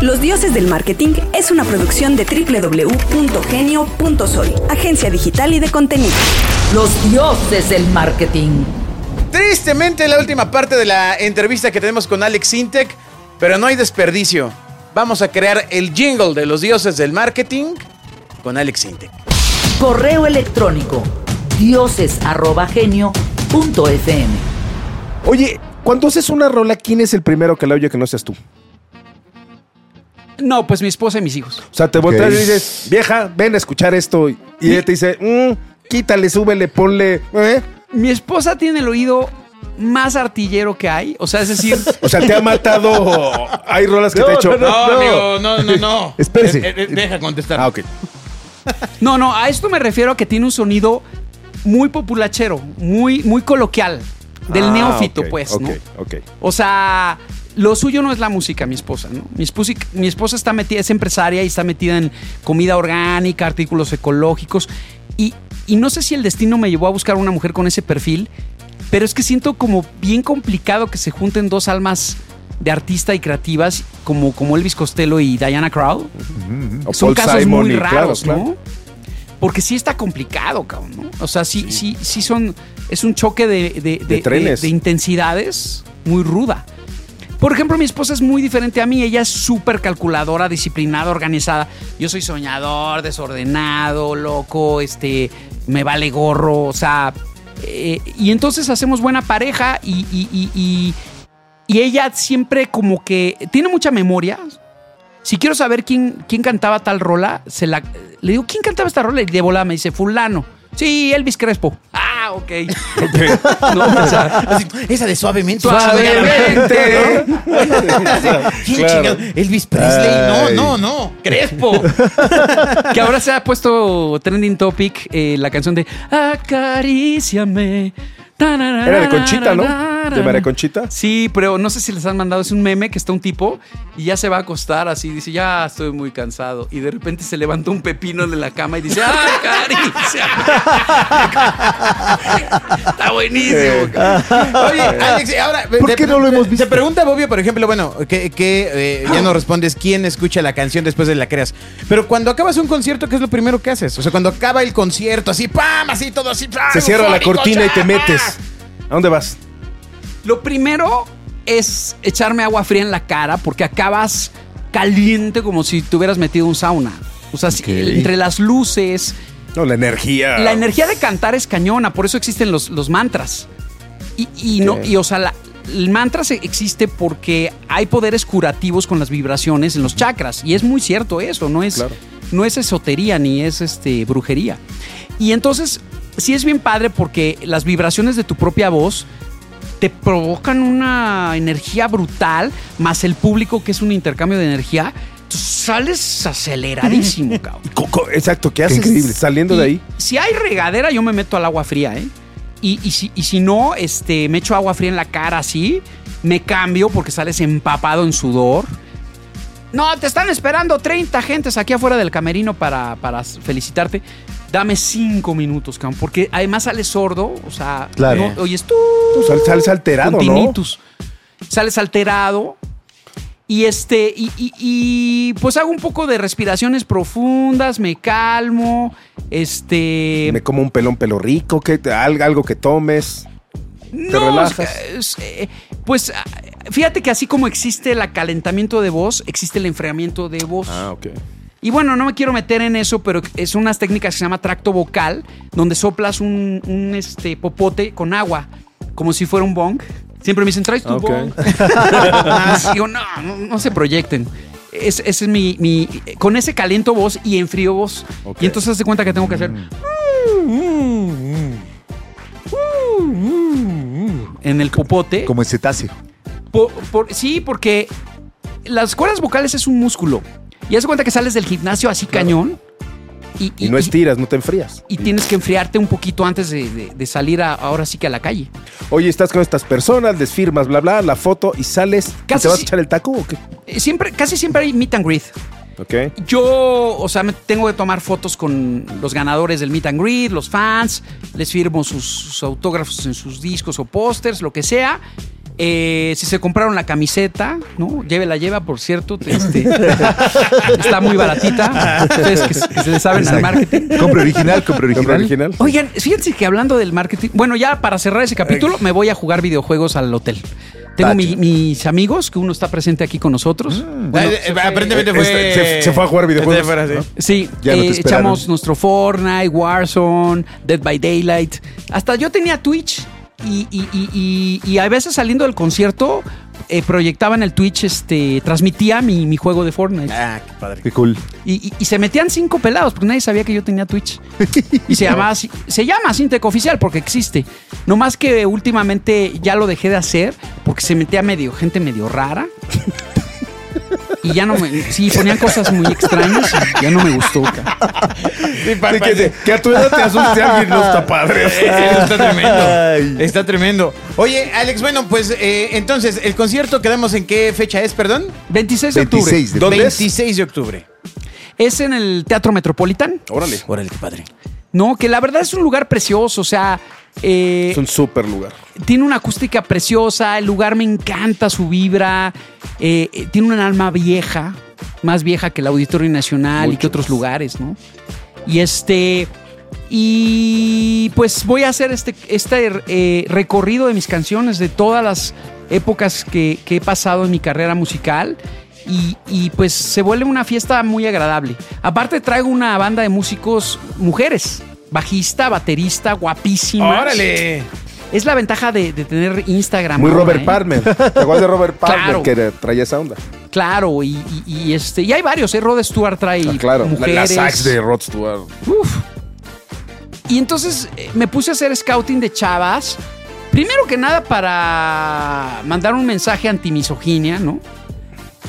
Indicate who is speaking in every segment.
Speaker 1: Los Dioses del Marketing es una producción de www.genio.soy, agencia digital y de contenido.
Speaker 2: Los dioses del marketing.
Speaker 3: Tristemente la última parte de la entrevista que tenemos con Alex Sintec, pero no hay desperdicio. Vamos a crear el jingle de los dioses del marketing con Alex Sintec.
Speaker 2: Correo electrónico dioses@genio.fm.
Speaker 4: Oye, cuando haces una rola, ¿quién es el primero que la oye que no seas tú?
Speaker 5: No, pues mi esposa y mis hijos.
Speaker 4: O sea, te volteas y dices, vieja, ven a escuchar esto. Y ella te dice, mm, quítale, súbele, ponle. ¿eh?
Speaker 5: Mi esposa tiene el oído más artillero que hay. O sea, es decir,
Speaker 4: O sea, te ha matado. Hay rolas que te ha hecho.
Speaker 6: No, amigo, no, no, no.
Speaker 4: Espérese.
Speaker 6: Eh, eh, deja contestar.
Speaker 4: Ah, ok.
Speaker 5: no, no, a esto me refiero a que tiene un sonido muy populachero, muy, muy coloquial, del
Speaker 4: Ah,
Speaker 5: neófito,
Speaker 4: ok,
Speaker 5: pues,
Speaker 4: ok,
Speaker 5: ¿no?
Speaker 4: ok.
Speaker 5: O sea, lo suyo no es la música, mi esposa, ¿no? Mi esposa, mi esposa está metida, es empresaria y está metida en comida orgánica, artículos ecológicos. Y, y no sé si el destino me llevó a buscar una mujer con ese perfil, pero es que siento como bien complicado que se junten dos almas de artista y creativas como, como Elvis Costello y Diana Crow.
Speaker 4: O
Speaker 5: Son
Speaker 4: Paul
Speaker 5: casos
Speaker 4: Simon
Speaker 5: muy
Speaker 4: y- claro,
Speaker 5: raros,
Speaker 4: claro.
Speaker 5: ¿no? Porque sí está complicado, cabrón, ¿no? O sea, sí, sí, sí son. Es un choque de, de- de-
Speaker 4: trenes.
Speaker 5: de- de intensidades muy ruda. Por ejemplo, mi esposa es muy diferente a mí. Ella es súper calculadora, disciplinada, organizada. Yo soy soñador, desordenado, loco, este, me vale gorro, o sea. eh, y entonces hacemos buena pareja y, y- y- y- y ella siempre como que tiene mucha memoria. Si quiero saber quién, quién cantaba tal rola, se la, le digo, ¿quién cantaba esta rola? Y de volada me dice, fulano. Sí, Elvis Crespo. Ah, ok. No, o sea,
Speaker 6: Así,
Speaker 4: Ah.
Speaker 6: esa de suavemente. Ah,
Speaker 5: suavemente.
Speaker 6: ¿Quién
Speaker 4: Claro.
Speaker 6: chingado? Elvis Presley.
Speaker 4: Ay.
Speaker 6: No, no, no.
Speaker 5: Crespo. que ahora se ha puesto trending topic eh, la canción de Acaríciame.
Speaker 4: Era de Conchita, ¿no? De María Conchita.
Speaker 5: Sí, pero no sé si les han mandado. Es un meme que está un tipo y ya se va a acostar así. Dice, ya estoy muy cansado. Y de repente se levanta un pepino de la cama y dice, ¡ay, caricia! está
Speaker 4: Eh,
Speaker 5: buenísimo. cabrón.
Speaker 6: Oye, Alex, ahora.
Speaker 4: ¿Por qué no lo hemos visto?
Speaker 6: Te pregunta Bobio, por ejemplo, bueno, que, que, eh, ya no respondes quién escucha la canción después de la creas. Pero cuando acabas un concierto, ¿qué es lo primero que haces? O sea, cuando acaba el concierto, así, ¡pam! Así todo así. ¡pam!
Speaker 4: Se cierra la
Speaker 6: Eufórico,
Speaker 4: cortina y te
Speaker 6: ¡ya!
Speaker 4: metes. ¿A dónde vas?
Speaker 5: Lo primero es echarme agua fría en la cara porque acabas caliente como si te hubieras metido un sauna. O sea, si- entre las luces,
Speaker 4: No, la energía.
Speaker 5: la energía de cantar es cañona, por eso existen los, los mantras. Y, y no, y o sea, la- el mantra se- existe porque hay poderes curativos con las vibraciones en los chakras. Y es muy cierto eso, no es,
Speaker 4: Claro.
Speaker 5: no es esotería ni es este, brujería. Y entonces, sí es bien padre porque las vibraciones de tu propia voz te provocan una energía brutal, más el público que es un intercambio de energía. Tú sales aceleradísimo, cabrón.
Speaker 4: Co- co- Exacto, ¿qué haces
Speaker 7: increíble.
Speaker 4: saliendo de
Speaker 5: Y
Speaker 4: ahí?
Speaker 5: Si hay regadera, yo me meto al agua fría, ¿eh? Y, y si, y si no, este, me echo agua fría en la cara así, me cambio porque sales empapado en sudor. No, te están esperando 30 gentes aquí afuera del camerino para, para felicitarte. Dame 5 minutos, cabrón, porque además sales sordo, o sea,
Speaker 7: Claro.
Speaker 5: no oyes tú.
Speaker 4: Pues Sal- sales alterado,
Speaker 5: con
Speaker 4: ¿no?
Speaker 5: tinnitus. Sales alterado. Y este, y, y- y, pues hago un poco de respiraciones profundas, me calmo, este.
Speaker 4: Me como un pelón pelo rico, que te- al- algo que tomes.
Speaker 5: no,
Speaker 4: relajas.
Speaker 5: es- eh, pues ah, fíjate que así como existe el acalentamiento de voz, existe el enfriamiento de voz.
Speaker 7: Ah,
Speaker 4: ok.
Speaker 5: Y bueno, no me quiero meter en eso, pero es unas técnicas que se llama tracto vocal, donde soplas un, un, este, popote con agua, como si fuera un bong. Siempre me dicen, ¿traes tu
Speaker 4: Ok.
Speaker 5: bong? Y digo, no, no, no se proyecten. Es- Ese es mi, mi- Con ese caliento voz y enfrío voz.
Speaker 4: Ok. Mm.
Speaker 5: Y entonces te cuenta que tengo que hacer... En el popote.
Speaker 7: Como el cetáceo.
Speaker 5: Por- por- sí, porque las cuerdas vocales es un músculo. Y haz de cuenta que sales del gimnasio así cañón. Y,
Speaker 4: Y no estiras, no te enfrías.
Speaker 5: y tienes que enfriarte un poquito antes de, de- de salir a- ahora sí que a la calle.
Speaker 4: Oye, estás con estas personas, les firmas, bla, bla, la foto y sales. ¿Y
Speaker 5: Casi
Speaker 4: ¿Te vas
Speaker 5: sí.
Speaker 4: a echar el taco o qué?
Speaker 5: Eh, Siempre, casi siempre hay meet and greet.
Speaker 4: Ok.
Speaker 5: Yo, o sea, me tengo que tomar fotos con los ganadores del meet and greet, los fans, les firmo sus, sus autógrafos en sus discos o pósters, lo que sea. Eh, si se compraron la camiseta, ¿no? Llévela, lleva, por cierto. te- este, está muy baratita. Ustedes que, que se le saben al marketing.
Speaker 7: Compre original, compre original.
Speaker 4: Compra original.
Speaker 5: Oigan, fíjense que hablando del marketing, bueno, ya para cerrar ese capítulo, me voy a jugar videojuegos al hotel. Tengo mi- mis amigos, que uno está presente aquí con nosotros. Bueno,
Speaker 6: Eh, eh, aparentemente fue.
Speaker 4: Este, se- se fue a jugar videojuegos,
Speaker 6: Este, fuera, sí.
Speaker 4: ¿no?
Speaker 5: Sí,
Speaker 7: Ya no te
Speaker 5: eh,
Speaker 7: esperaron.
Speaker 5: echamos nuestro Fortnite, Warzone, Dead by Daylight. Hasta yo tenía Twitch y, y- y- y- y a veces saliendo del concierto eh, proyectaba en el Twitch, este, transmitía mi, mi juego de Fortnite.
Speaker 6: Ah, qué padre.
Speaker 7: Qué cool.
Speaker 5: Y, y- y se metían cinco pelados porque nadie sabía que yo tenía Twitch. Y se llamaba, así- se llama Sintec Oficial porque existe. No más que últimamente ya lo dejé de hacer porque se metía medio gente medio rara. Y ya no me. Sí, ponían cosas muy extrañas y ya no me gustó. ca.
Speaker 6: Sí, pa- pa-
Speaker 4: Sí, que, que a tu edad te asuste a alguien, no está padre. o
Speaker 6: Eh,
Speaker 4: sea.
Speaker 6: eh, está tremendo.
Speaker 7: Ay.
Speaker 6: Está tremendo. Oye, Alex, bueno, pues eh, entonces, el concierto quedamos en qué fecha es, perdón?
Speaker 5: 26 de octubre.
Speaker 7: 26 de-
Speaker 4: ¿Dónde es?
Speaker 6: 26 de octubre.
Speaker 5: Es en el Teatro Metropolitan.
Speaker 4: Órale.
Speaker 6: Órale, qué padre.
Speaker 5: No, que la verdad es un lugar precioso. O sea. eh,
Speaker 4: Es un súper lugar.
Speaker 5: tiene una acústica preciosa, el lugar me encanta, su vibra, eh, eh, tiene un alma vieja, más vieja que el Auditorio Nacional y que otros lugares, ¿no? Y este. Y pues voy a hacer este, este eh, recorrido de mis canciones de todas las épocas que, que he pasado en mi carrera musical. Y, y, pues se vuelve una fiesta muy agradable. Aparte, traigo una banda de músicos mujeres. Bajista, baterista, guapísima.
Speaker 6: Órale.
Speaker 5: Es la ventaja de, de tener Instagram.
Speaker 4: Muy
Speaker 5: ahora,
Speaker 4: Robert
Speaker 5: ¿eh?
Speaker 4: Palmer. ¿Te acuerdas de Robert
Speaker 5: Claro.
Speaker 4: Palmer que era- traía esa onda?
Speaker 5: Claro, y, y- y, este, y hay varios, ¿eh? Rod Stewart trae
Speaker 4: Ah, claro. La-
Speaker 5: mujeres.
Speaker 4: La, sax de Rod Stewart.
Speaker 5: Uf. Y entonces eh, me puse a hacer scouting de chavas. Primero que nada para mandar un mensaje antimisoginia, ¿no?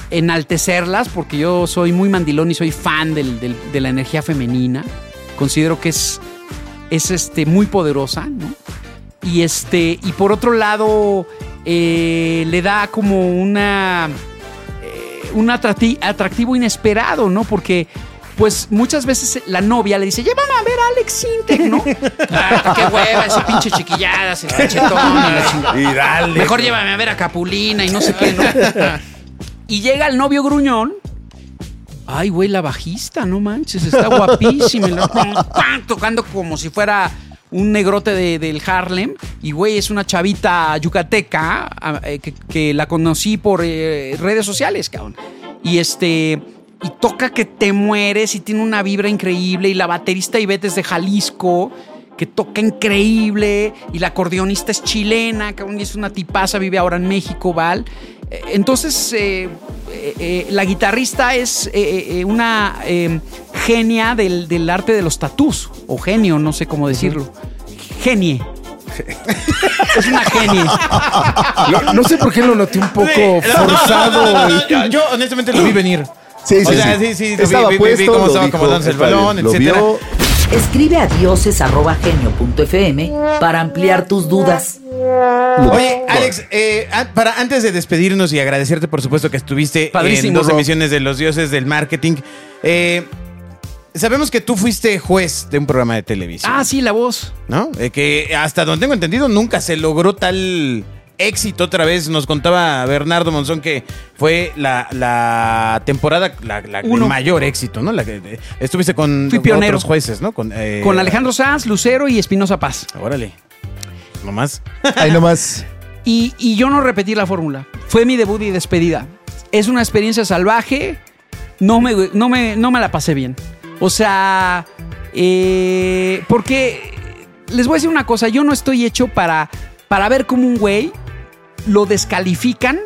Speaker 5: Enaltecerlas, porque yo soy muy mandilón y soy fan del- del- de la energía femenina. Considero que es, es este, muy poderosa, ¿no? Y, este, y por otro lado, eh, le da como una eh, un atracti- atractivo inesperado, ¿no? Porque, pues, muchas veces la novia le dice, llévame a ver a Alex Sintek, ¿no? Ah, qué hueva, esa pinche chiquillada, ese pinche Tom, y la chingada.
Speaker 4: Y dale.
Speaker 5: Mejor llévame a ver a Capulina y no sé qué, ¿no? Y llega el novio gruñón. Ay, güey, la bajista, no manches, está guapísima. y la- pam, pam, tocando como si fuera un negrote de- del Harlem. Y, güey, es una chavita yucateca ah, eh, que, que la conocí por eh, redes sociales, cabrón. Y este. Y toca que te mueres y tiene una vibra increíble. Y la baterista Ivette es de Jalisco que toca increíble y la acordeonista es chilena, cabrón, y es una tipaza, vive ahora en México, Val. Eh, Entonces, eh, eh, eh, la guitarrista es eh, eh, una eh, genia del, del arte de los tatús, o genio, no sé cómo decirlo. Genie. es una genie.
Speaker 4: Lo- no sé por qué lo noté un poco
Speaker 6: Sí. No, no, no,
Speaker 4: forzado.
Speaker 6: no, no, no, yo, yo honestamente lo vi venir.
Speaker 7: Sí, sí,
Speaker 6: O sea, sí,
Speaker 7: sí.
Speaker 6: sí, lo vi-
Speaker 7: Estaba
Speaker 6: vi- vi- vi
Speaker 7: puesto,
Speaker 6: cómo
Speaker 7: lo
Speaker 6: estaba
Speaker 7: dijo,
Speaker 6: acomodándose el
Speaker 7: está bien.
Speaker 6: balón,
Speaker 7: Lo
Speaker 6: etcétera.
Speaker 7: vio,
Speaker 2: Escribe a dioses.genio.fm para ampliar tus dudas.
Speaker 6: Oye, Alex, eh, a- para antes de despedirnos y agradecerte, por supuesto, que estuviste en
Speaker 5: Padrísimo,
Speaker 6: dos
Speaker 5: Rob.
Speaker 6: emisiones de Los Dioses del Marketing. eh, sabemos que tú fuiste juez de un programa de televisión.
Speaker 5: Ah, sí, la voz.
Speaker 6: ¿No? Eh, que hasta donde tengo entendido nunca se logró tal éxito otra vez. Nos contaba Bernardo Monzón que fue la, la temporada, la, la- el
Speaker 5: Uno.
Speaker 6: mayor éxito, ¿no? La que eh, estuviste con
Speaker 5: Fui pionero.
Speaker 6: otros jueces, ¿no? Con, eh,
Speaker 5: Con Alejandro Sanz, Lucero y Espinosa Paz.
Speaker 6: Órale. Nomás.
Speaker 7: Ahí nomás.
Speaker 5: Y, y yo no repetí la fórmula. Fue mi debut y despedida. Es una experiencia salvaje. No me, no me, no me la pasé bien. O sea, eh, porque les voy a decir una cosa. Yo no estoy hecho para, para ver cómo un güey lo descalifican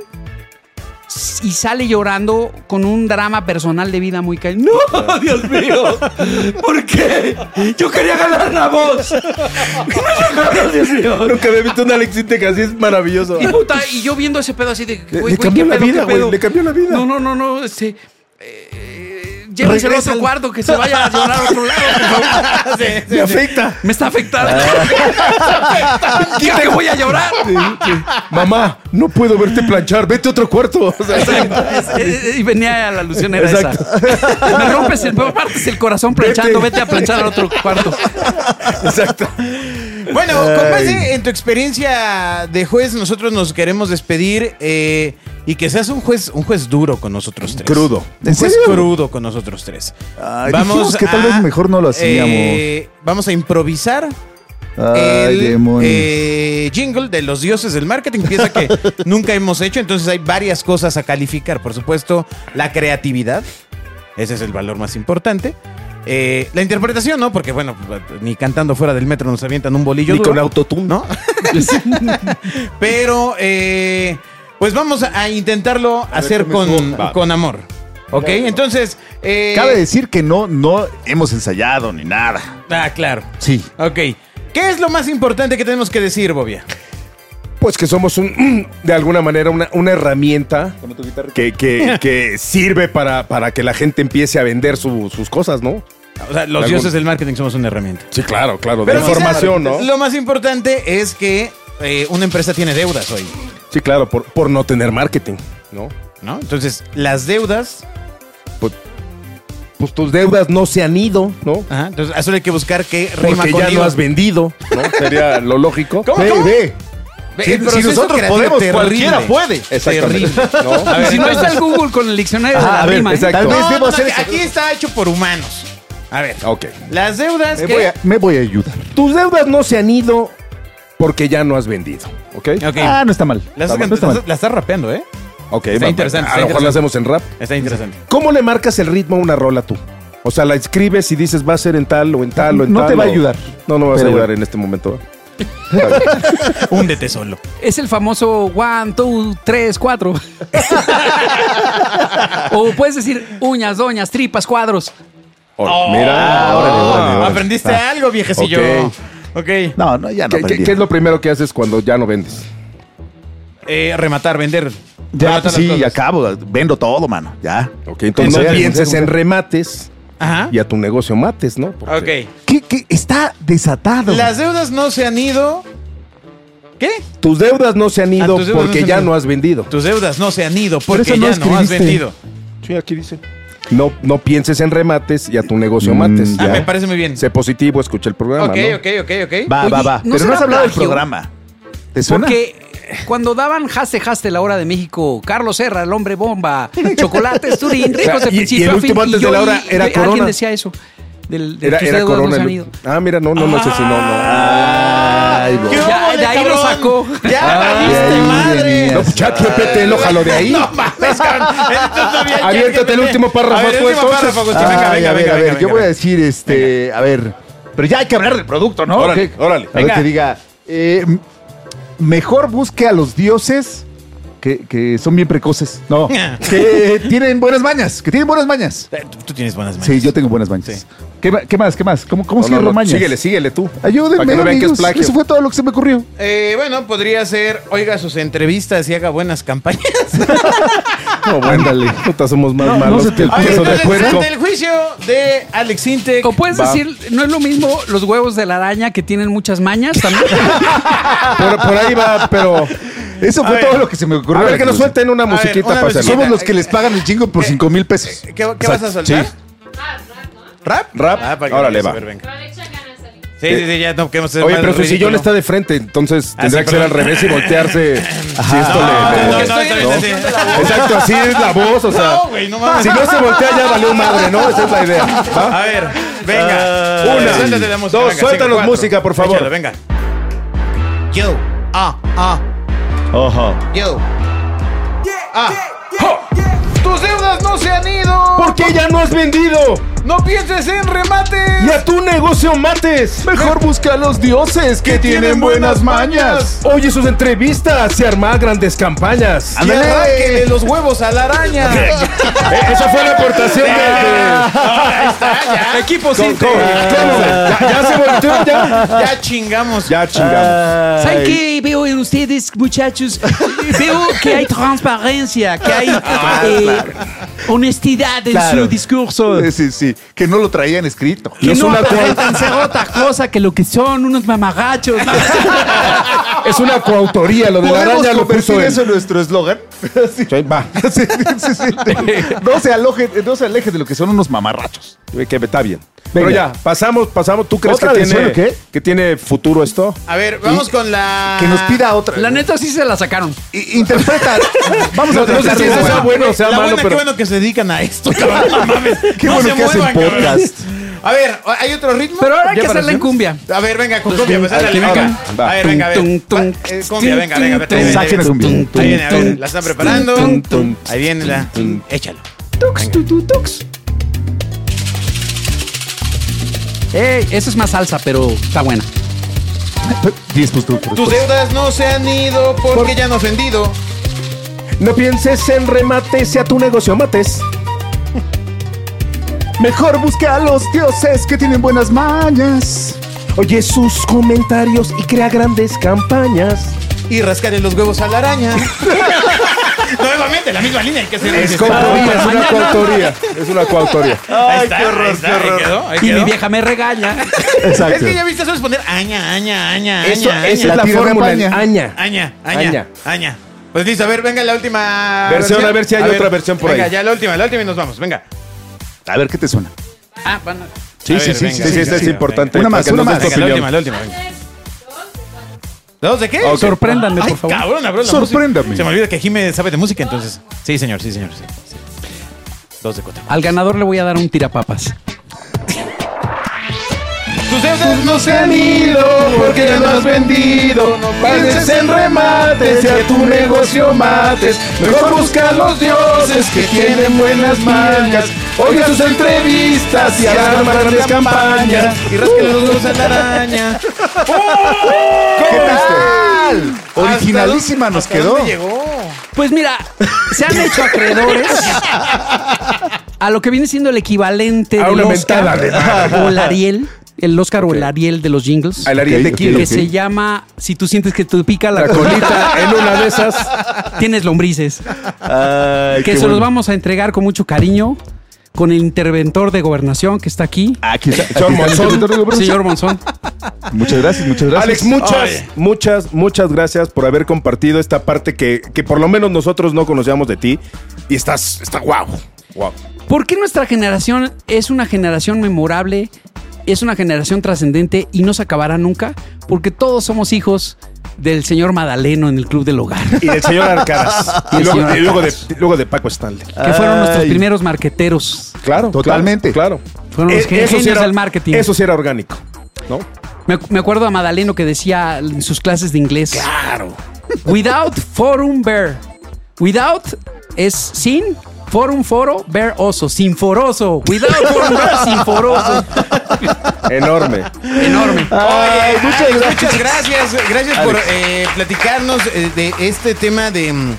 Speaker 5: y sale llorando con un drama personal de vida muy caído. ¡No, Dios mío! ¿Por qué? Yo quería ganar la voz.
Speaker 4: Nunca había visto un Alex Intec así, es maravilloso.
Speaker 5: Y puta, y yo viendo ese pedo así de.
Speaker 4: Le-
Speaker 5: güey,
Speaker 4: le
Speaker 5: güey,
Speaker 4: cambió
Speaker 5: ¿qué
Speaker 4: la
Speaker 5: pedo,
Speaker 4: vida,
Speaker 5: qué
Speaker 4: güey,
Speaker 5: pedo?
Speaker 4: le cambió la vida.
Speaker 5: No, no, no, no, este. Eh, llévense al
Speaker 4: Regresa.
Speaker 5: otro cuarto que se vaya a llorar a otro lado, por favor.
Speaker 4: Me afecta.
Speaker 5: Me está afectando.
Speaker 4: Ah.
Speaker 5: Ya que voy a llorar.
Speaker 4: Mamá, no puedo verte planchar, vete a otro cuarto. O sea,
Speaker 5: Exacto. Es- es- Y venía la lucionera esa. Me rompes el, me partes el corazón planchando,
Speaker 4: Vete.
Speaker 5: vete a planchar al otro cuarto.
Speaker 4: exacto.
Speaker 6: Bueno, con
Speaker 7: Ay.
Speaker 6: base en tu experiencia de juez, nosotros nos queremos despedir eh, y que seas un juez, un juez duro con nosotros tres.
Speaker 4: Crudo.
Speaker 6: Un
Speaker 7: ¿En
Speaker 6: juez
Speaker 7: serio?
Speaker 6: crudo con nosotros tres.
Speaker 7: Ay, dijimos que tal vez mejor no lo hacíamos.
Speaker 6: eh, vamos a improvisar.
Speaker 7: Ay,
Speaker 6: el
Speaker 7: demonios.
Speaker 6: eh, jingle de los dioses del marketing, pieza que nunca hemos hecho, entonces hay varias cosas a calificar. Por supuesto, la creatividad, ese es el valor más importante. Eh, la interpretación, ¿no? Porque, bueno, ni cantando fuera del metro nos avientan un bolillo.
Speaker 4: Ni
Speaker 6: duro,
Speaker 4: con autotune.
Speaker 6: ¿No? Pero, eh, pues vamos a intentarlo hacer con, con amor. ¿Ok? Entonces. eh,
Speaker 7: Cabe decir que no, no hemos ensayado ni nada.
Speaker 6: Ah, claro.
Speaker 7: Sí.
Speaker 6: Ok. ¿Qué es lo más importante que tenemos que decir, Bobia?
Speaker 4: Pues que somos un, de alguna manera una, una herramienta que, que- que sirve para, para que la gente empiece a vender su- sus cosas, ¿no?
Speaker 6: O sea, los
Speaker 4: Algún-
Speaker 6: dioses del marketing somos una herramienta.
Speaker 4: Sí, claro, claro.
Speaker 6: Pero
Speaker 4: de
Speaker 6: quizás
Speaker 4: información, ¿no?
Speaker 6: Lo más importante es que eh, una empresa tiene deudas hoy,
Speaker 4: Sí, claro, por, por no tener marketing, ¿no?
Speaker 6: ¿no? Entonces, las deudas,
Speaker 4: Pues tus deudas no se han ido, ¿no?
Speaker 6: ajá, entonces, a eso hay que buscar que rima
Speaker 4: Porque
Speaker 6: con
Speaker 4: ya no
Speaker 6: IVA.
Speaker 4: has vendido, ¿no? Sería lo lógico.
Speaker 6: ¿Cómo,
Speaker 7: Ve,
Speaker 6: cómo?
Speaker 7: ve.
Speaker 6: Ve,
Speaker 7: Si-
Speaker 6: el
Speaker 7: si
Speaker 6: proceso
Speaker 7: nosotros
Speaker 6: creativo
Speaker 7: podemos,
Speaker 6: terrible.
Speaker 7: cualquiera puede.
Speaker 4: Exactamente.
Speaker 6: Terrible.
Speaker 4: ¿no?
Speaker 6: A ver,
Speaker 5: Si no
Speaker 6: entonces-
Speaker 5: está el Google con el diccionario de
Speaker 7: Ah,
Speaker 5: la
Speaker 7: a ver,
Speaker 5: rima, ¿eh?
Speaker 7: exacto.
Speaker 5: Tal vez-
Speaker 7: Tal vez-
Speaker 6: No,
Speaker 7: debo
Speaker 6: no,
Speaker 7: hacer
Speaker 6: no,
Speaker 7: eso.
Speaker 6: aquí está hecho por humanos. A ver,
Speaker 4: Ok.
Speaker 6: las deudas
Speaker 7: Me
Speaker 6: que...
Speaker 7: voy, a, me voy a ayudar.
Speaker 4: Tus deudas no se han ido porque ya no has vendido, ¿ok?
Speaker 6: Ok.
Speaker 7: Ah, no está mal.
Speaker 6: Las-
Speaker 7: Está mal, no está mal.
Speaker 6: las- la estás rapeando, ¿eh?
Speaker 4: Ok,
Speaker 6: Está
Speaker 4: va-
Speaker 6: interesante,
Speaker 4: A
Speaker 6: está
Speaker 4: lo mejor lo hacemos en rap.
Speaker 6: Está interesante.
Speaker 4: ¿Cómo le marcas el ritmo a una rola tú? O sea, la escribes y dices va a ser en tal o en tal o en
Speaker 7: No
Speaker 4: tal.
Speaker 7: te va a
Speaker 4: o-
Speaker 7: ayudar.
Speaker 4: No, no me vas a
Speaker 7: Pero-
Speaker 4: ayudar en este momento.
Speaker 6: Húndete solo.
Speaker 5: Es el famoso one, two, tres, cuatro. o puedes decir uñas, doñas, tripas, cuadros.
Speaker 4: Ahora,
Speaker 6: Oh.
Speaker 4: mira, órale,
Speaker 7: Ah,
Speaker 4: órale, órale.
Speaker 6: Aprendiste algo, viejecillo. Ah. Ok.
Speaker 7: No, no, ya no
Speaker 4: ¿Qué- ¿Qué,
Speaker 7: aprendí.
Speaker 4: qué es lo primero que haces cuando ya no vendes?
Speaker 6: Eh, rematar, vender.
Speaker 7: Ya,
Speaker 6: Rematar
Speaker 7: pues,
Speaker 6: las
Speaker 7: sí,
Speaker 6: cosas.
Speaker 7: acabo. Vendo todo, mano. Ya.
Speaker 4: Ok, entonces
Speaker 7: Entonces,
Speaker 4: no pienses
Speaker 7: entonces-
Speaker 4: en remates
Speaker 6: Ajá.
Speaker 4: y a tu negocio mates, ¿no? Porque-
Speaker 6: Ok.
Speaker 7: ¿Qué, qué? Está desatado.
Speaker 6: Las deudas no se han ido. ¿Qué?
Speaker 4: Tus deudas no se han
Speaker 6: Ah,
Speaker 4: ido
Speaker 6: tus deudas no
Speaker 4: porque
Speaker 6: se han
Speaker 4: ya
Speaker 6: ido.
Speaker 4: no has vendido.
Speaker 6: Tus deudas no se han ido porque
Speaker 7: eso no
Speaker 6: ya no has
Speaker 7: escribiste.
Speaker 6: vendido.
Speaker 4: Sí, aquí dice. No, no pienses en remates y a tu negocio mates.
Speaker 7: Mm,
Speaker 6: Ah,
Speaker 7: Ya.
Speaker 6: me parece muy bien.
Speaker 4: Sé positivo, escucha el programa.
Speaker 6: ok,
Speaker 4: ¿no?
Speaker 6: ok, ok, ok.
Speaker 7: Va,
Speaker 5: Oye,
Speaker 7: va, va.
Speaker 5: ¿no
Speaker 7: Pero no
Speaker 5: será
Speaker 7: has hablado del
Speaker 5: plagio?
Speaker 7: programa. ¿Te suena?
Speaker 5: Porque cuando daban haste haste la hora de México, Carlos Serra, el hombre bomba, chocolates, Turín, ricos de
Speaker 4: Y- y
Speaker 5: principio
Speaker 4: el
Speaker 5: a fin,
Speaker 4: último antes de
Speaker 5: yo-
Speaker 4: la hora era
Speaker 5: Alguien
Speaker 4: Corona.
Speaker 5: decía eso. Del, de
Speaker 4: Era,
Speaker 5: tus
Speaker 4: era
Speaker 5: dedos no
Speaker 4: Corona.
Speaker 5: se han
Speaker 4: el-
Speaker 5: ido.
Speaker 4: Ah, mira, no, no, no sé si no,
Speaker 6: Ah,
Speaker 4: no.
Speaker 7: Ay, bo-
Speaker 5: Ya,
Speaker 6: hubo,
Speaker 5: de ahí lo sacó.
Speaker 4: Ah,
Speaker 6: Ya
Speaker 7: Ay,
Speaker 6: valiste
Speaker 7: de
Speaker 6: madre.
Speaker 7: mí,
Speaker 4: No, pues, chat GPT, enójalo de ahí.
Speaker 6: No mames, cabrón. Esto todavía ya-
Speaker 4: Aviéntate el último párrafo
Speaker 6: A ver, el
Speaker 4: tú,
Speaker 6: último
Speaker 4: entonces. Ah,
Speaker 6: párrafo, Agustín.
Speaker 7: Ay,
Speaker 6: venga, venga,
Speaker 7: a ver,
Speaker 6: venga,
Speaker 7: a ver,
Speaker 6: venga,
Speaker 7: yo
Speaker 6: venga.
Speaker 7: voy a decir, este, a ver, pero ya hay que hablar del producto, ¿no?
Speaker 4: Órale,
Speaker 7: Ok.
Speaker 4: órale.
Speaker 7: A
Speaker 4: Venga.
Speaker 7: ver que diga, eh, m- mejor busque a los dioses que, que son bien precoces, no, que tienen buenas mañas, que tienen buenas mañas.
Speaker 6: Eh, Tú, tú tienes buenas manos.
Speaker 7: Sí, yo tengo buenas mañas. ¿Qué, ma- qué más, qué más? ¿Cómo, cómo
Speaker 4: No,
Speaker 7: cierro
Speaker 4: no, no,
Speaker 7: mañas?
Speaker 4: síguele, síguele tú. Para
Speaker 7: Ayúdenme,
Speaker 4: que no vean que es
Speaker 7: amigos.
Speaker 4: plagio.
Speaker 7: Eso fue todo lo que se me ocurrió.
Speaker 6: Eh, bueno, podría ser, oiga sus entrevistas y haga buenas campañas.
Speaker 4: No, bueno, ándale. Puta, somos más
Speaker 7: No,
Speaker 4: malos
Speaker 7: no se
Speaker 4: que el
Speaker 7: te-
Speaker 6: Oye,
Speaker 4: queso de
Speaker 6: entonces,
Speaker 4: puerco.
Speaker 6: ante el juicio de Alex Intec.
Speaker 5: O puedes decir, no es lo mismo los huevos de la araña que tienen muchas mañas también.
Speaker 4: Por, por ahí va, pero...
Speaker 7: Eso fue
Speaker 6: ver.
Speaker 7: todo lo que se me ocurrió.
Speaker 4: A ver, que nos
Speaker 7: Alejandro.
Speaker 4: suelten una
Speaker 6: ver,
Speaker 4: musiquita
Speaker 6: una
Speaker 4: para
Speaker 6: musiquita.
Speaker 4: cerrar.
Speaker 7: Somos Eh, los que les pagan el chingo por cinco mil pesos.
Speaker 6: ¿Qué, qué vas a soltar?
Speaker 4: Sí.
Speaker 6: ¿Rap?
Speaker 4: Rap.
Speaker 6: Ah, para que
Speaker 4: Órale,
Speaker 6: vayas a
Speaker 4: va.
Speaker 6: ver, venga.
Speaker 8: Pero le echa ganas al
Speaker 6: Sí, sí, sí, ya no queremos hacer
Speaker 4: Oye,
Speaker 6: más
Speaker 4: pero su
Speaker 6: ridículo. Ah,
Speaker 4: sillón está de frente, entonces
Speaker 6: sí,
Speaker 4: tendría que ser al
Speaker 6: perdón.
Speaker 4: revés y voltearse. Si esto
Speaker 6: Ah,
Speaker 4: le-
Speaker 6: no, no, no,
Speaker 4: le-
Speaker 6: está bien, está bien.
Speaker 4: Exacto, así es la voz, o sea.
Speaker 6: No, güey, no mames.
Speaker 4: Si no se voltea ya valió madre, ¿no? Esa es la idea. ¿va?
Speaker 6: A ver, venga.
Speaker 4: Ay.
Speaker 6: Una. Suéltate la música.
Speaker 4: Dos,
Speaker 6: venga,
Speaker 4: suéltanos
Speaker 6: cinco, cuatro.
Speaker 4: música, por favor.
Speaker 6: Échalo, venga. Yo. Ah, ah.
Speaker 7: Ajá.
Speaker 6: Yo. Ah. Ho. Tus deudas no se han ido.
Speaker 4: ¿Por qué ya no has vendido?
Speaker 6: No pienses en remates.
Speaker 4: ¡Y a tu negocio mates!
Speaker 7: Mejor busca a los dioses que tienen buenas mañas.
Speaker 4: Oye sus entrevistas, se arma grandes campañas.
Speaker 6: Y
Speaker 7: Ándale.
Speaker 6: arránquele los huevos a la araña.
Speaker 4: Eh, Esa fue la aportación de- de...
Speaker 6: Equipo
Speaker 4: con-
Speaker 6: sin
Speaker 4: con- claro, ya, ya se volteó, ya.
Speaker 6: Ya chingamos.
Speaker 4: Ya
Speaker 7: Ah,
Speaker 4: chingamos.
Speaker 5: ¿Saben qué veo en ustedes, muchachos? veo que hay transparencia, que hay
Speaker 4: Ah,
Speaker 5: eh, honestidad en
Speaker 7: Claro.
Speaker 5: su discurso.
Speaker 7: Sí, sí, sí. Que no lo traían escrito.
Speaker 5: Que
Speaker 4: es
Speaker 5: no
Speaker 4: una
Speaker 5: aparentan ser otra cosa que lo que son unos mamagachos.
Speaker 4: es una coautoría, lo de la
Speaker 9: ¿Podemos
Speaker 4: araña lo puso
Speaker 9: convertir
Speaker 4: él.
Speaker 9: eso en nuestro eslogan? Sí.
Speaker 4: Va.
Speaker 7: Sí, sí, sí. No se alojen, no se alejen de lo que son unos mamarrachos.
Speaker 4: Que está bien. Pero
Speaker 7: Venga.
Speaker 4: ya, pasamos, pasamos. ¿Tú crees que
Speaker 7: ¿Otra vez,
Speaker 4: tiene,
Speaker 7: bueno, qué?
Speaker 4: que tiene futuro esto?
Speaker 6: A ver, vamos con la.
Speaker 9: Que nos pida otra.
Speaker 5: La neta sí se la sacaron.
Speaker 9: I- Interpreta.
Speaker 7: Vamos a
Speaker 4: No sé
Speaker 7: tratar
Speaker 4: si
Speaker 7: de-
Speaker 4: eso sea bueno o sea
Speaker 10: la
Speaker 4: malo,
Speaker 10: buena,
Speaker 4: pero.
Speaker 10: qué bueno que se dedican a esto, cabrón. No mames.
Speaker 9: Qué
Speaker 10: No
Speaker 9: bueno
Speaker 10: se
Speaker 9: que hacen
Speaker 10: muevan, cabrón.
Speaker 9: podcast.
Speaker 6: A ver, ¿hay otro ritmo?
Speaker 5: Pero ahora hay
Speaker 6: ¿Ya
Speaker 5: que hacerla en
Speaker 6: apareció?
Speaker 5: cumbia.
Speaker 6: A ver, venga, con cumbia, pues ándale,
Speaker 4: va,
Speaker 6: venga.
Speaker 4: va.
Speaker 6: A ver, venga, a ver.
Speaker 5: Tum, tum,
Speaker 6: Va, eh, Cumbia, venga, venga, venga.
Speaker 5: tum,
Speaker 6: Ahí
Speaker 7: Saquen
Speaker 6: viene,
Speaker 7: a cumbia.
Speaker 6: ahí viene, a ver,
Speaker 5: tum,
Speaker 6: la están preparando.
Speaker 5: tum, tum,
Speaker 6: Ahí viene la. Échalo.
Speaker 5: Tux, tu, tu, tux. Ey, eso es más salsa, pero está buena.
Speaker 7: Diez, pues, tú, tú, tú.
Speaker 6: Tus deudas no se han ido porque ya han ofendido.
Speaker 4: No pienses en remate, sea tu negocio mates.
Speaker 7: Mejor busca a los dioses que tienen buenas mañas.
Speaker 4: Oye sus comentarios y crea grandes campañas.
Speaker 6: Y rascarle los huevos a la araña.
Speaker 10: Nuevamente, la misma línea hay que se
Speaker 4: Es coautoría, es una coautoría. Es una coautoría.
Speaker 10: Ay, qué horror, qué horror. ahí
Speaker 5: Y mi
Speaker 10: quedó.
Speaker 5: vieja me regaña.
Speaker 7: Exacto.
Speaker 10: Es que ya viste, eso es poner aña, aña, aña,
Speaker 4: Eso-
Speaker 10: aña,
Speaker 4: esa
Speaker 10: aña,
Speaker 4: es la
Speaker 7: tira de
Speaker 4: fórmula. en
Speaker 7: paña.
Speaker 4: Aña.
Speaker 10: aña, aña,
Speaker 4: Aña.
Speaker 10: aña.
Speaker 6: Pues listo, a ver, venga la última.
Speaker 4: Versión, a ver si hay otra versión por ahí.
Speaker 6: Venga, ya la última, la última y nos vamos, venga.
Speaker 7: A ver qué te suena.
Speaker 5: Ah, van a-
Speaker 4: Sí,
Speaker 6: A
Speaker 4: sí,
Speaker 6: ver,
Speaker 4: sí,
Speaker 6: venga,
Speaker 4: sí, sí,
Speaker 6: venga,
Speaker 4: esta es
Speaker 6: venga,
Speaker 4: importante.
Speaker 7: venga. Una
Speaker 4: para
Speaker 7: más,
Speaker 4: que nos
Speaker 7: una
Speaker 4: des tu
Speaker 7: más.
Speaker 6: Venga, la
Speaker 4: opinión.
Speaker 6: última, la última. venga. ¿Dos de qué?
Speaker 4: Ok.
Speaker 5: Sorpréndanme, por favor.
Speaker 10: Cabrón, bro, la
Speaker 7: Sorpréndame.
Speaker 10: música. Se me olvida que Jime sabe de música, entonces. Sí, señor, sí, señor. Sí, sí. Dos de cuatro.
Speaker 5: Al ganador le voy a dar un tirapapas.
Speaker 6: Tus deudas no se han ido porque ya no has vendido. No pienses en remates y a tu negocio mates. Mejor busca a los dioses que tienen buenas mañas. Oiga sus entrevistas y hagan grandes campañas. Y rasquen los dos a la araña.
Speaker 7: ¿Qué tal? Originalísima nos quedó.
Speaker 5: Pues mira, se han hecho acreedores a lo que viene siendo el equivalente
Speaker 4: A
Speaker 5: del
Speaker 4: una
Speaker 5: Oscar
Speaker 4: mentada
Speaker 5: o el Ariel, el Oscar o el Ariel de los jingles,
Speaker 4: Al Ariel
Speaker 7: Ok,
Speaker 4: de
Speaker 7: ok,
Speaker 4: Kilo.
Speaker 5: que se llama Si tú sientes que te pica la
Speaker 4: La
Speaker 5: colita,
Speaker 4: colita en una de esas.
Speaker 5: tienes lombrices. que se los vamos a entregar con mucho cariño con el interventor de gobernación que está aquí,
Speaker 7: Aquí está.
Speaker 4: Señor
Speaker 7: aquí está el
Speaker 4: Monzón.
Speaker 7: territorio de Bronce.
Speaker 5: señor Monzón.
Speaker 7: Muchas gracias, muchas gracias.
Speaker 4: Alex, muchas, muchas, muchas gracias por haber compartido esta parte que, que por lo menos nosotros no conocíamos de ti. Y estás, está guau. guau.
Speaker 5: ¿Por qué nuestra generación es una generación memorable? Es una generación trascendente y no se acabará nunca, porque todos somos hijos del señor Madaleno en el Club del Hogar,
Speaker 4: Y del señor Arcadas.
Speaker 5: Y
Speaker 4: y
Speaker 5: el
Speaker 4: luego,
Speaker 5: señor
Speaker 4: y luego de, luego de Paco Stanley.
Speaker 5: que fueron nuestros
Speaker 7: Ay.
Speaker 5: primeros marqueteros,
Speaker 4: Claro.
Speaker 7: Totalmente.
Speaker 4: Claro.
Speaker 5: fueron los
Speaker 4: Eh,
Speaker 5: genios
Speaker 4: sí era-
Speaker 5: del marketing.
Speaker 4: Eso sí era orgánico. ¿No?
Speaker 5: Me, me acuerdo a Madaleno que decía en sus clases de inglés. Claro. Without forum bear. Without es sin. Forum foro, bear oso. Sin foroso. Without forum bear, sin foroso.
Speaker 4: Enorme.
Speaker 5: Enorme.
Speaker 6: Oye, muchas gracias. Muchas gracias. Gracias por eh, platicarnos eh, de este tema de. mm,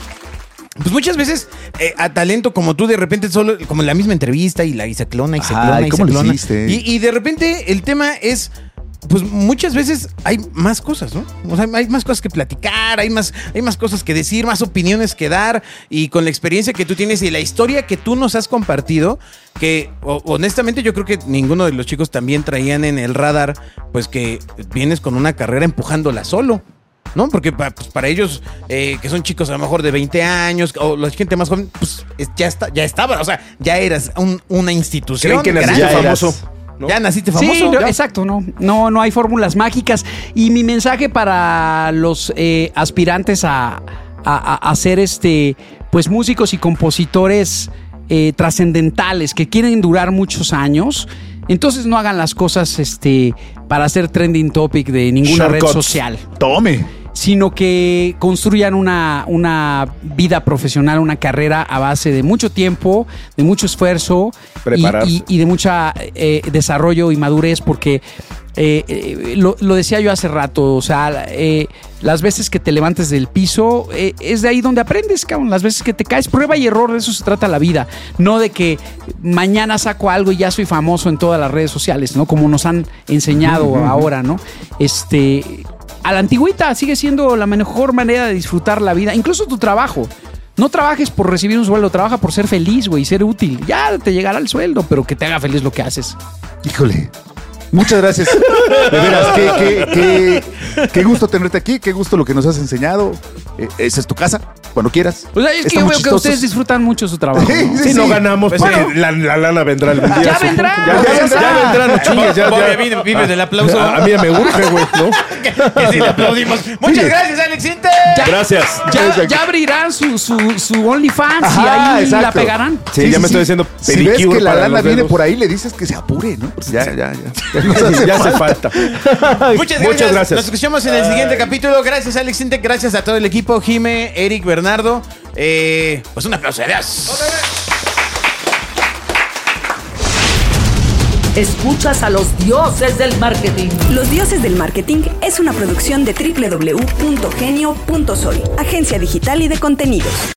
Speaker 6: Pues muchas veces eh, a talento como tú, de repente solo como la misma entrevista y la y se clona y se
Speaker 7: Ay,
Speaker 6: clona y
Speaker 7: ¿cómo
Speaker 6: se
Speaker 7: lo
Speaker 6: clona.
Speaker 7: hiciste?
Speaker 6: Y, y de repente el tema es. Pues muchas veces hay más cosas, ¿no? O sea, hay más cosas que platicar, hay más, hay más cosas que decir, más opiniones que dar. Y con la experiencia que tú tienes y la historia que tú nos has compartido, que ho- honestamente yo creo que ninguno de los chicos también traían en el radar, pues que vienes con una carrera empujándola solo. ¿no? Porque pa- pues, para ellos, eh, que son chicos a lo mejor de 20 años, o la gente más joven, pues es- ya, está, ya estaba, o sea, ya eras un- una institución.
Speaker 4: Creen que
Speaker 6: grande.
Speaker 4: naciste
Speaker 7: Ya eras.
Speaker 4: famoso. ¿no?
Speaker 6: Ya naciste este famoso.
Speaker 5: Sí, no,
Speaker 6: Ya.
Speaker 5: exacto, no, no, no hay fórmulas mágicas. Y mi mensaje para los eh, aspirantes a, a- a- a ser este, pues músicos y compositores eh, trascendentales que quieren durar muchos años. Entonces no hagan las cosas este, para hacer trending topic de ninguna red
Speaker 4: Shortcuts.
Speaker 5: social,
Speaker 7: Tome.
Speaker 5: sino que construyan una, una vida profesional, una carrera a base de mucho tiempo, de mucho esfuerzo y-
Speaker 4: Prepararse.
Speaker 5: y, y de mucha eh, desarrollo y madurez porque eh, eh, lo, lo decía yo hace rato, o sea, eh, las veces que te levantes del piso eh, es de ahí donde aprendes, cabrón, las veces que te caes, prueba y error, de eso se trata la vida, no de que mañana saco algo y ya soy famoso en todas las redes sociales, ¿no? Como nos han enseñado ahora, ¿no? Este, a la antigüita sigue siendo la mejor manera de disfrutar la vida, incluso tu trabajo. No trabajes por recibir un sueldo, trabaja por ser feliz, güey, ser útil. Ya te llegará el sueldo, pero que te haga feliz lo que haces.
Speaker 7: Híjole. Muchas gracias. De veras, qué, qué- qué- qué gusto tenerte aquí, qué gusto lo que nos has enseñado. Eh, esa es tu casa, cuando quieras.
Speaker 5: O sea, Pues es que yo veo
Speaker 7: Estamos
Speaker 5: que
Speaker 7: chistosos.
Speaker 5: ustedes disfrutan mucho su trabajo.
Speaker 7: Sí, sí,
Speaker 4: Si
Speaker 7: sí.
Speaker 4: no ganamos,
Speaker 6: Pues,
Speaker 4: porque
Speaker 6: bueno.
Speaker 4: la, la lana vendrá el día.
Speaker 5: ¡Ya
Speaker 4: su-
Speaker 5: vendrá!
Speaker 4: Ya, ya,
Speaker 5: ¡Ya
Speaker 4: ya, ya vendrá, no chingues, ya,
Speaker 6: Bobia,
Speaker 4: ya.
Speaker 6: vive, vive del aplauso.
Speaker 4: A, a mí ya me urge, güey, ¿no?
Speaker 6: que sí le aplaudimos. Muchas gracias, Alex Inte.
Speaker 4: Gracias.
Speaker 5: Ya, ya abrirán su, su, su OnlyFans y
Speaker 7: Ajá,
Speaker 5: ahí la
Speaker 7: exacto.
Speaker 5: pegarán.
Speaker 4: Sí, ya me estoy haciendo
Speaker 7: Si ves
Speaker 4: pedicure
Speaker 7: que la
Speaker 4: para
Speaker 7: lana
Speaker 4: los
Speaker 7: viene
Speaker 4: dedos.
Speaker 7: por ahí, le dices que se apure, ¿no? Ya, ya, ya.
Speaker 4: ya hace falta.
Speaker 6: Muchas gracias.
Speaker 4: Muchas gracias.
Speaker 6: Nos escuchamos en el siguiente capítulo. Gracias, Alex Inte. Gracias a todo el equipo. Jime, Eric, Bernardo. Eh, pues un aplauso. Adiós.
Speaker 2: Escuchas a los dioses del marketing.
Speaker 1: Los Dioses del Marketing es una producción de www.genio.sol, agencia digital y de contenidos.